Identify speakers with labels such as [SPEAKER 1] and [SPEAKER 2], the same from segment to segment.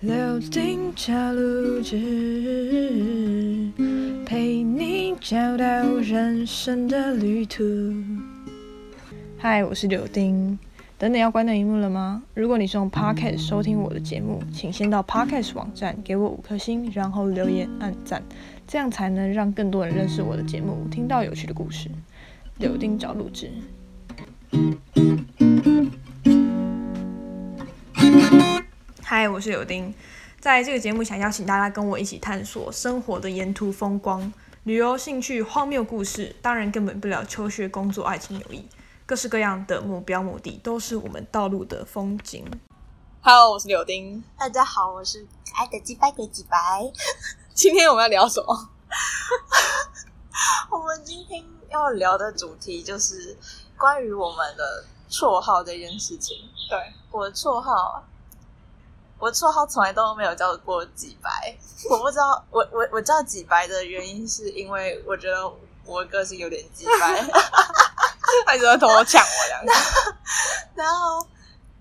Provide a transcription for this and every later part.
[SPEAKER 1] 柳丁加录制，陪你找到人生的旅途。嗨，我是柳丁。等等要关掉荧幕了吗？如果你是用 Podcast 收听我的节目，请先到 Podcast 网站给我五颗星，然后留言按赞，这样才能让更多人认识我的节目，听到有趣的故事。柳丁找录制。嗨，我是柳丁。在这个节目，想邀请大家跟我一起探索生活的沿途风光、旅游兴趣、荒谬故事，当然根本不了求学、工作、爱情、友谊，各式各样的目标目的都是我们道路的风景。Hello，我是柳丁。
[SPEAKER 2] 大家好，我是可爱的鸡白鬼鸡白。
[SPEAKER 1] 今天我们要聊什么？
[SPEAKER 2] 我们今天要聊的主题就是关于我们的绰号这件事情。
[SPEAKER 1] 对，
[SPEAKER 2] 我的绰号，我的绰号从来都没有叫过几白。我不知道，我我我叫几白的原因是因为我觉得我个性有点几白，
[SPEAKER 1] 他一直在偷偷抢 我两个。
[SPEAKER 2] 然后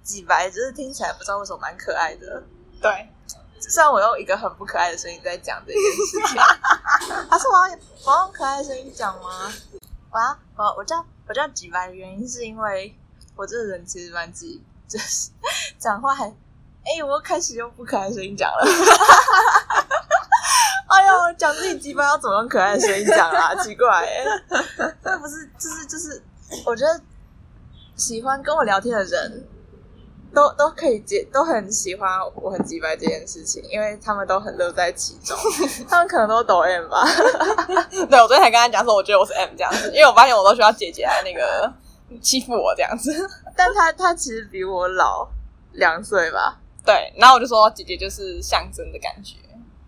[SPEAKER 2] 几白就是听起来不知道为什么蛮可爱的。
[SPEAKER 1] 对，
[SPEAKER 2] 虽然我用一个很不可爱的声音在讲这件事情，还是我要我要用可爱的声音讲吗？我要我我叫我叫几白的原因是因为我这个人其实蛮急，就是讲话还哎、我开始用不可爱的声音讲了。哎呦，讲自己鸡巴要怎么用可爱的声音讲啊？奇怪、欸，那不是就是就是，我觉得喜欢跟我聊天的人，都都可以接，都很喜欢我很击败这件事情，因为他们都很乐在其中，他们可能都抖 M 吧。
[SPEAKER 3] 对，我昨天才跟他讲说，我觉得我是 M 这样子，因为我发现我都需要姐姐来那个欺负我这样子。
[SPEAKER 2] 但他他其实比我老两岁吧，
[SPEAKER 3] 对，然后我就说姐姐就是象征的感觉，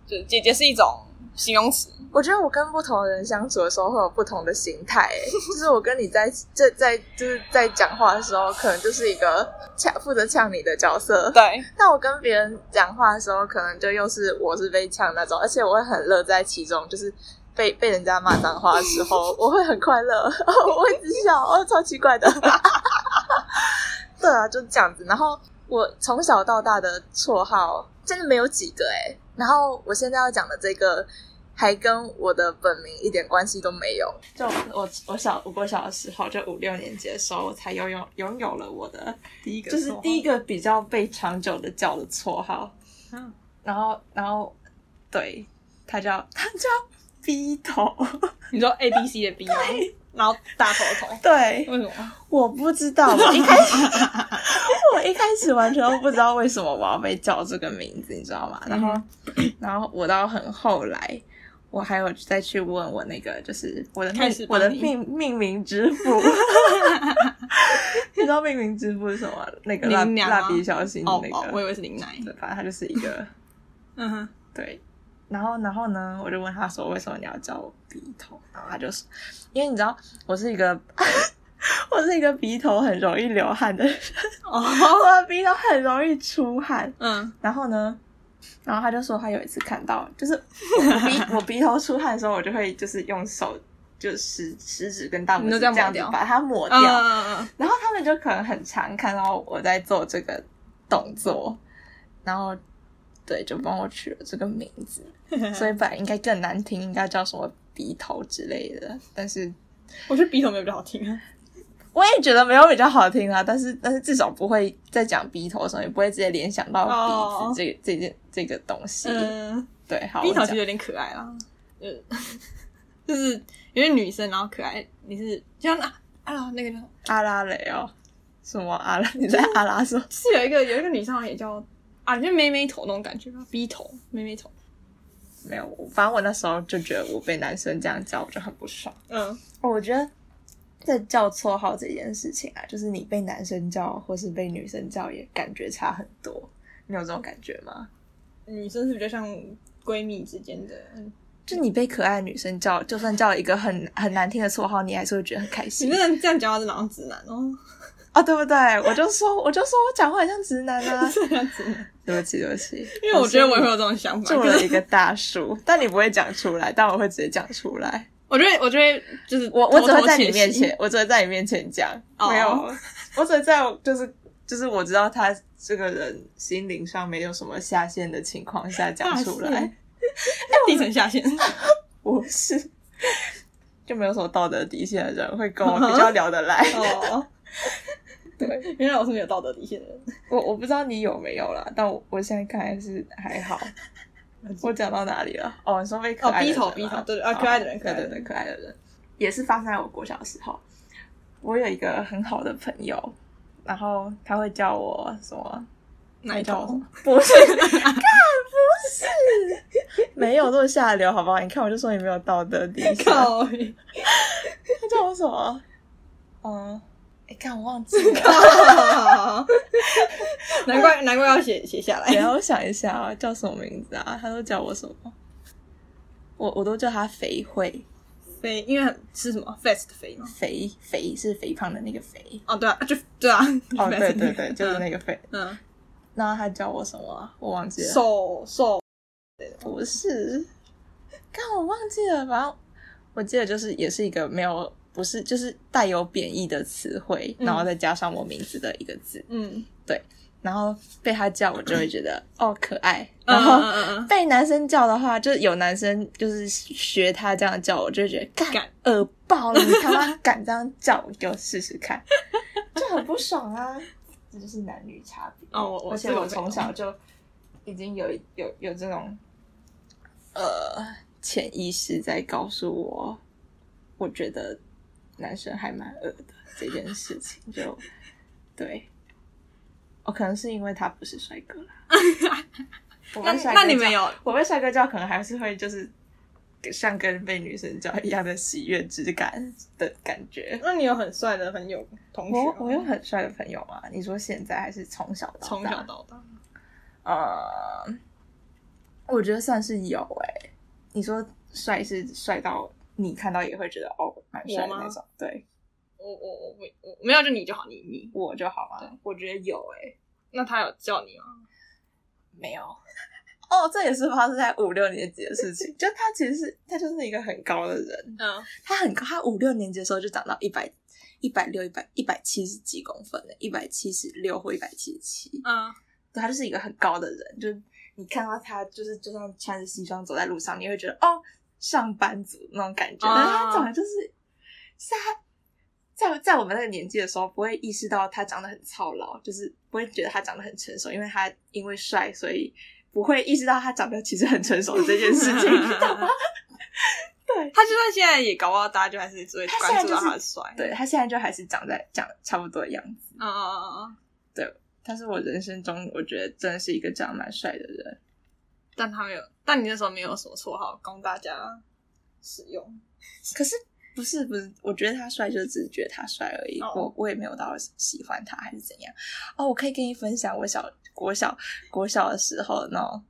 [SPEAKER 3] 就是姐姐是一种形容词。
[SPEAKER 2] 我觉得我跟不同的人相处的时候会有不同的形态、欸，就是我跟你在在在就是在讲话的时候，可能就是一个呛负责呛你的角色，
[SPEAKER 3] 对，
[SPEAKER 2] 但我跟别人讲话的时候，可能就又是我是被呛那种，而且我会很乐在其中，就是被被人家骂脏话的 时候，我会很快乐，我会一直笑，哦，超奇怪的。 对啊，就这样子。然后我从小到大的绰号真的没有几个哎、然后我现在要讲的这个。还跟我的本名一点关系都没有，
[SPEAKER 1] 就我我小我国小的时候，就五六年级的时候，我才拥有拥有了我的
[SPEAKER 3] 第一个
[SPEAKER 1] 就是第一个比较被长久的叫的绰号。
[SPEAKER 3] 嗯
[SPEAKER 1] 然后然后对，他叫他叫 B 头，
[SPEAKER 3] 你说 A B C 的 B 吗？然后大头 头，
[SPEAKER 1] 对，
[SPEAKER 3] 为什么？
[SPEAKER 1] 我不知道，我一开始 我一开始完全都不知道为什么我要被叫这个名字，你知道吗？然后然后我到很后来。我还有再去问我那个，就是我的
[SPEAKER 3] 开
[SPEAKER 1] 命
[SPEAKER 3] 始，
[SPEAKER 1] 我
[SPEAKER 3] 帮
[SPEAKER 1] 的
[SPEAKER 3] 你
[SPEAKER 1] 命命名之 父，你知道命名之父是什么？那个蜡
[SPEAKER 3] 林娘吗
[SPEAKER 1] 蜡笔小新的
[SPEAKER 3] 哦
[SPEAKER 1] 那个，
[SPEAKER 3] 哦，我以为是林奶。
[SPEAKER 1] 对，反正他就是一个
[SPEAKER 3] 嗯哼，
[SPEAKER 1] 对，然后然后呢，我就问他说为什么你要叫我鼻头？然后他就说，因为你知道我是一个 我是一个鼻头很容易流汗的人，
[SPEAKER 3] 哦，
[SPEAKER 1] 我的鼻头很容易出汗。
[SPEAKER 3] 嗯，
[SPEAKER 1] 然后呢，然后他就说他有一次看到，就是我鼻 我鼻头出汗的时候，我就会就是用手。就食食指跟大拇
[SPEAKER 3] 你
[SPEAKER 1] 指
[SPEAKER 3] 就
[SPEAKER 1] 这
[SPEAKER 3] 这
[SPEAKER 1] 样
[SPEAKER 3] 样抹
[SPEAKER 1] 子
[SPEAKER 3] 掉
[SPEAKER 1] 把它抹掉，
[SPEAKER 3] 嗯嗯嗯，
[SPEAKER 1] 然后他们就可能很常看到我在做这个动作，然后对，就帮我取了这个名 字，所以本来应该更难听，应该叫什么鼻头之类的，但是
[SPEAKER 3] 我觉得鼻头没有比较好听啊。
[SPEAKER 1] 我也觉得没有比较好听啊，但是但是至少不会在讲鼻头的时候，也不会直接联想到鼻
[SPEAKER 3] 哦
[SPEAKER 1] 子这个、这件这个东西。
[SPEAKER 3] 嗯，
[SPEAKER 1] 对，好，
[SPEAKER 3] 鼻头
[SPEAKER 1] 我讲
[SPEAKER 3] 其实有点可爱啦，就是就是有点女生，然后可爱。你是就像啊啊那个叫
[SPEAKER 1] 阿拉蕾哦，什么阿 拉？你在阿拉说
[SPEAKER 3] 是有一个有一个女生好像也叫啊，就妹妹头那种感觉吧，B 头妹妹头。
[SPEAKER 1] 没有？我反正我那时候就觉得我被男生这样叫，我就很不爽。
[SPEAKER 3] 嗯，
[SPEAKER 1] 哦我觉得在叫绰号这件事情啊，就是你被男生叫或是被女生叫，也感觉差很多。你有这种感觉吗？
[SPEAKER 3] 女生是比较像闺蜜之间的，
[SPEAKER 1] 就你被可爱的女生叫，就算叫一个很很难听的绰号，你还是会觉得很开
[SPEAKER 3] 你
[SPEAKER 1] 心
[SPEAKER 3] 真的这样讲话真的好像直男哦，
[SPEAKER 1] 啊、对不对？我就说，我就说我讲话很像直男 啊。
[SPEAKER 3] 这样直男。
[SPEAKER 1] 对不起，对不起，
[SPEAKER 3] 因为我觉得我也会有这种想法，
[SPEAKER 1] 做
[SPEAKER 3] 可
[SPEAKER 1] 了一
[SPEAKER 3] 是
[SPEAKER 1] 个大叔，但你不会讲出来，但我会直接讲出来。
[SPEAKER 3] 我觉得我觉得就是
[SPEAKER 1] 我我只
[SPEAKER 3] 偷偷
[SPEAKER 1] 会在你
[SPEAKER 3] 窃喜
[SPEAKER 1] 面前，我只会在你面前讲，
[SPEAKER 3] 哦
[SPEAKER 1] 没有，我只会在就是
[SPEAKER 2] 就是我知道他这个人心灵上没有什么下限的情况下讲出
[SPEAKER 3] 大
[SPEAKER 2] 来
[SPEAKER 3] 限，低层下线，
[SPEAKER 2] 我是就没有什么道德底线的人会 跟我比较聊得来。
[SPEAKER 3] 哦，
[SPEAKER 2] 对
[SPEAKER 3] 原来我是没有道德底线的人。
[SPEAKER 2] 我我不知道你有没有啦，但我我现在看还是还好。我讲到哪里了？哦，你说被可爱的人
[SPEAKER 3] 哦
[SPEAKER 2] 吗
[SPEAKER 3] ，B 头，B 头对对啊
[SPEAKER 2] 好
[SPEAKER 3] 可爱的人可
[SPEAKER 2] 对
[SPEAKER 3] 爱的
[SPEAKER 2] 对
[SPEAKER 3] 人
[SPEAKER 2] 对，可爱的人也是发生在我国小的时候。我有一个很好的朋友，然后他会叫我什么？
[SPEAKER 3] 哪一
[SPEAKER 2] 叫我什
[SPEAKER 3] 种？
[SPEAKER 2] 么？不是，干不是， 没有那么下流，好不好？你看，我就说你没有道德 底线。
[SPEAKER 3] 靠！
[SPEAKER 2] 他叫我什么？嗯，哎，看我忘 记了。
[SPEAKER 3] 难怪难怪要写写下来
[SPEAKER 2] 等一。下我想一下啊，叫什么名字啊？他都叫我什么？我我都叫他肥慧，
[SPEAKER 3] 肥，因为很是什么 fast 肥吗？
[SPEAKER 2] 肥肥是肥胖的那个 肥。
[SPEAKER 3] 哦，对啊，就对啊。
[SPEAKER 2] 哦，
[SPEAKER 3] fast
[SPEAKER 2] 对对对，就是
[SPEAKER 3] 嗯
[SPEAKER 2] 那个肥。
[SPEAKER 3] 嗯，
[SPEAKER 2] 然后他叫我什么啊？我忘记了。
[SPEAKER 3] 瘦瘦
[SPEAKER 2] 不是，看我忘记了，反正我记得就是也是一个没有不是就是带有贬义的词汇，
[SPEAKER 3] 嗯
[SPEAKER 2] 然后再加上我名字的一个字，
[SPEAKER 3] 嗯，
[SPEAKER 2] 然后被他叫我就会觉得哦可爱，然
[SPEAKER 3] 然
[SPEAKER 2] 后。
[SPEAKER 3] 后嗯
[SPEAKER 2] 被男生叫的话，就是有男生就是学他这样叫我，就会觉得干
[SPEAKER 3] 干
[SPEAKER 2] 恶爆了！你他妈敢这样叫，我给我试试 看，就很不爽啊！这就是男女差别。
[SPEAKER 3] 哦我我
[SPEAKER 2] 而且
[SPEAKER 3] 这个
[SPEAKER 2] 我
[SPEAKER 3] 没有
[SPEAKER 2] 从小就已经有有有这种呃潜意识在告诉我，我觉得男生还蛮恶的这件事情，就对。我可能是因为他不是帅哥啦。我被
[SPEAKER 3] 那
[SPEAKER 2] 帅哥
[SPEAKER 3] 那你
[SPEAKER 2] 叫
[SPEAKER 3] 们有
[SPEAKER 2] 我被帅哥叫，可能还是会就是像跟被女生叫一样的喜悦之感的感觉。
[SPEAKER 3] 那你有很帅的朋友同学
[SPEAKER 2] 我
[SPEAKER 3] 吗？
[SPEAKER 2] 我有很帅的朋友吗？你说现在还是从小到大？
[SPEAKER 3] 从小到大，
[SPEAKER 2] 呃，我觉得算是有哎、你说帅是帅到你看到也会觉得哦蛮帅的那种，对
[SPEAKER 3] 我我我我我没有，就你就好，你你。
[SPEAKER 2] 我就好吗？我觉得有哎、
[SPEAKER 3] 那他有叫你吗？
[SPEAKER 2] 没有。哦，这也是发生在五六年级的事情。就他其实是他就是一个很高的人，
[SPEAKER 3] 嗯，
[SPEAKER 2] 他很高，他五六年级的时候就长到一百一百六、一百一百七十几公分了，一百七十六或一百七十七。
[SPEAKER 3] 嗯，
[SPEAKER 2] 对，他就是一个很高的人，就是你看到他，就是就算穿着西装走在路上，你会觉得哦，上班族那种感觉。
[SPEAKER 3] 哦
[SPEAKER 2] 但是他长得就是，是他在在我们那个年纪的时候，不会意识到他长得很操劳，就是不会觉得他长得很成熟，因为他因为帅，所以不会意识到他长得其实很成熟的这件事情，你 懂吗？对，
[SPEAKER 3] 他就算现在也搞不好，大家就还是只会
[SPEAKER 2] 他
[SPEAKER 3] 关
[SPEAKER 2] 现在
[SPEAKER 3] 注
[SPEAKER 2] 就
[SPEAKER 3] 到
[SPEAKER 2] 是
[SPEAKER 3] 他的帅。
[SPEAKER 2] 对他现在就还是长在长差不多的样子。
[SPEAKER 3] 嗯，嗯嗯嗯嗯，
[SPEAKER 2] 他是我人生中我觉得真的是一个长得蛮帅的人，
[SPEAKER 3] 但他没有，但你那时候没有什么绰号供大家使用。
[SPEAKER 2] 可是不是不是，我觉得他帅就只是觉得他帅而已，
[SPEAKER 3] 哦
[SPEAKER 2] 我我也没有到喜欢他还是怎样。哦，我可以跟你分享我小国小国小的时候那种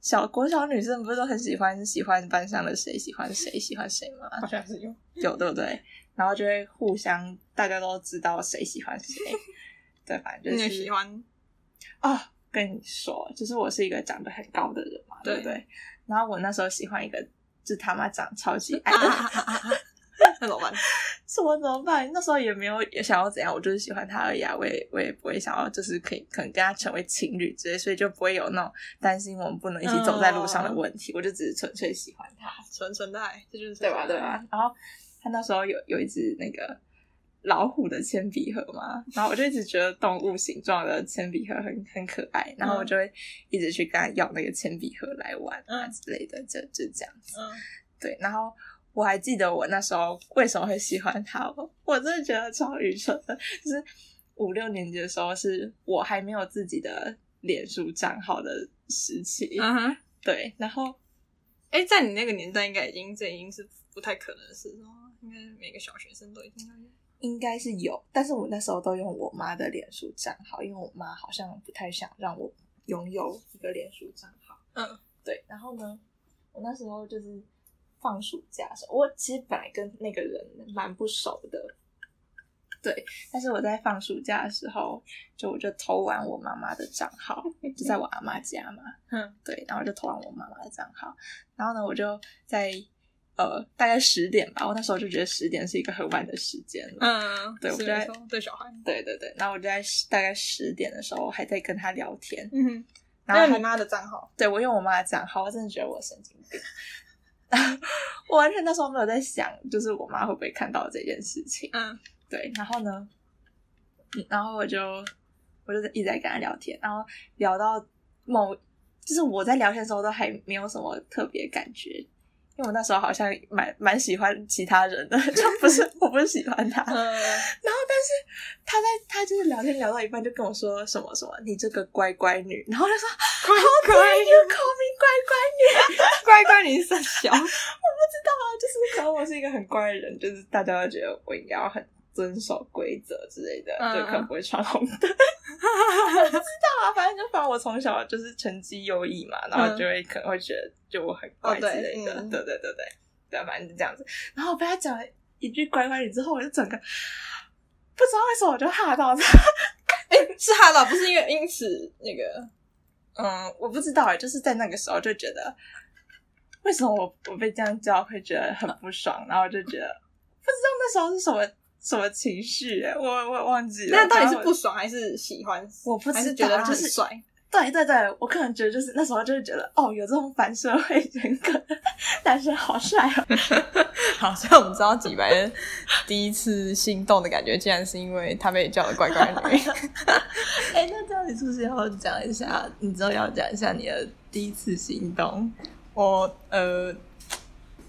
[SPEAKER 2] 小国小女生不是都很喜欢喜欢班上的谁喜欢谁喜欢谁吗？
[SPEAKER 3] 好像是有，
[SPEAKER 2] 有对不对？然后就会互相大家都知道谁喜欢谁，对，反正
[SPEAKER 3] 你
[SPEAKER 2] 就
[SPEAKER 3] 也
[SPEAKER 2] 是
[SPEAKER 3] 喜欢
[SPEAKER 2] 哦，跟你说，就是我是一个长得很高的人嘛，对
[SPEAKER 3] 对
[SPEAKER 2] 不对？然后我那时候喜欢一个，就他妈长超 级矮
[SPEAKER 3] 啊
[SPEAKER 2] 的，
[SPEAKER 3] 啊啊啊啊那怎么办？
[SPEAKER 2] 是我怎么办？那时候也没有想要怎样，我就是喜欢他而已啊，我也我也不会想要就是可以可能跟他成为情侣之类，所以就不会有那种担心我们不能一起走在路上的问题，我就只是纯粹喜欢他，
[SPEAKER 3] 纯纯的爱，这就是
[SPEAKER 2] 对
[SPEAKER 3] 纯
[SPEAKER 2] 吧？
[SPEAKER 3] 纯
[SPEAKER 2] 对
[SPEAKER 3] 的爱
[SPEAKER 2] 吧？？嗯然后他那时候有有一只那个。老虎的铅笔盒嘛，然后我就一直觉得动物形状的铅笔盒很很可爱，然后我就会一直去跟他要那个铅笔盒来玩啊
[SPEAKER 3] 嗯
[SPEAKER 2] 之类的，就就这样子。
[SPEAKER 3] 嗯，
[SPEAKER 2] 对，然后我还记得我那时候为什么会喜欢他，我我真的觉得超愚蠢的，就是五六年级的时候，是我还没有自己的脸书账号的时期，
[SPEAKER 3] 嗯哼，
[SPEAKER 2] 对，然后
[SPEAKER 3] 哎，在你那个年代，应该已经这已经是不太可能的事了，应该每个小学生都已经要有。
[SPEAKER 2] 应该是有，但是我那时候都用我妈的脸书账号，因为我妈好像不太想让我拥有一个脸书账号。
[SPEAKER 3] 嗯，
[SPEAKER 2] 对。然后呢，我那时候就是放暑假的时候，我其实本来跟那个人蛮不熟的，对。但是我在放暑假的时候，就我就偷玩我妈妈的账号，就在我阿妈家嘛。
[SPEAKER 3] 嗯，
[SPEAKER 2] 对，然后就偷玩我妈妈的账号，然后呢，我就在呃大概十点吧，我那时候就觉得十点是一个很晚的时间了。
[SPEAKER 3] 嗯，
[SPEAKER 2] 对我
[SPEAKER 3] 是
[SPEAKER 2] 觉得
[SPEAKER 3] 没错对小孩，
[SPEAKER 2] 对对对，然后我就在10大概十点的时候还在跟他聊天，
[SPEAKER 3] 嗯哼，
[SPEAKER 2] 然后
[SPEAKER 3] 那
[SPEAKER 2] 他
[SPEAKER 3] 你妈的账号，
[SPEAKER 2] 对我用我妈的账号，我真的觉得我神经病。 我完全那时候没有在想，就是我妈会不会看到这件事情。
[SPEAKER 3] 嗯
[SPEAKER 2] 对，然后呢，嗯然后我就我就一直在跟她聊天，然后聊到某，就是我在聊天的时候都还没有什么特别感觉，因为我那时候好像蛮蛮喜欢其他人的， 就不是我不是喜欢他，
[SPEAKER 3] 嗯，
[SPEAKER 2] 然后，但是他在他就是聊天聊到一半，就跟我说什么什么，你这个乖乖女。然后他说
[SPEAKER 3] 乖 乖
[SPEAKER 2] ，You call me 乖乖女。
[SPEAKER 3] 乖乖，你是小，
[SPEAKER 2] 我知道啊，就是可能我是一个很乖的人，就是大家都觉得我应该要很遵守规则之类的，
[SPEAKER 3] 嗯
[SPEAKER 2] 就可能不会闯红 灯。我不知道啊，反正就反正我从小就是成绩优异嘛，然后就会可能会觉得就我很乖
[SPEAKER 3] 嗯哦
[SPEAKER 2] 之
[SPEAKER 3] 对
[SPEAKER 2] 类的，
[SPEAKER 3] 嗯
[SPEAKER 2] 对对对对对，反正就这样子。然后被他讲了一句乖乖女之后，我就整个不知道为什么我就吓到他。
[SPEAKER 3] 哎，是他的，不是因为因此那个，
[SPEAKER 2] 嗯，我不知道哎，就是在那个时候就觉得，为什么我我被这样叫会觉得很不爽，然后就觉得不知道那时候是什么什么情绪哎，我我忘记了。
[SPEAKER 3] 那到底
[SPEAKER 2] 反
[SPEAKER 3] 是
[SPEAKER 2] 正
[SPEAKER 3] 不爽还是喜欢？
[SPEAKER 2] 啊我不知道
[SPEAKER 3] 还是觉得他很
[SPEAKER 2] 就是
[SPEAKER 3] 帅，
[SPEAKER 2] 我对对对，我可能觉得就是那时候就是觉得哦，有这种反社会人格的男生好帅哦。
[SPEAKER 3] 好，所以我们知道几白的第一次心动的感觉，竟然是因为他被叫了乖乖女。
[SPEAKER 2] 哎，那到底是不是要讲一下？你之后要讲一下你的第一次行动？
[SPEAKER 3] 我呃，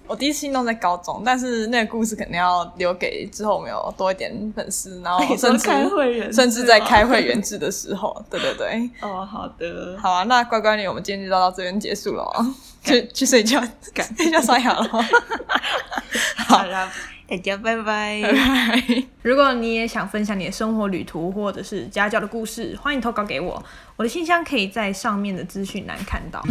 [SPEAKER 3] 我第一次心动在高中，但是那个故事肯定要留给之后我们有多一点粉丝，
[SPEAKER 2] 哦
[SPEAKER 3] 然后甚至
[SPEAKER 2] 哎开会人，
[SPEAKER 3] 甚至在开会员制的时 候，对对对。
[SPEAKER 2] 哦，好的，
[SPEAKER 3] 好啊，那乖乖女，我们今天就到这边结束 了哦，去去睡觉， 睡觉刷牙了哦，
[SPEAKER 2] 好啦，大家拜拜
[SPEAKER 3] 拜拜。
[SPEAKER 1] 如果你也想分享你的生活旅途或者是家教的故事，欢迎投稿给我。我的信箱可以在上面的资讯栏看到。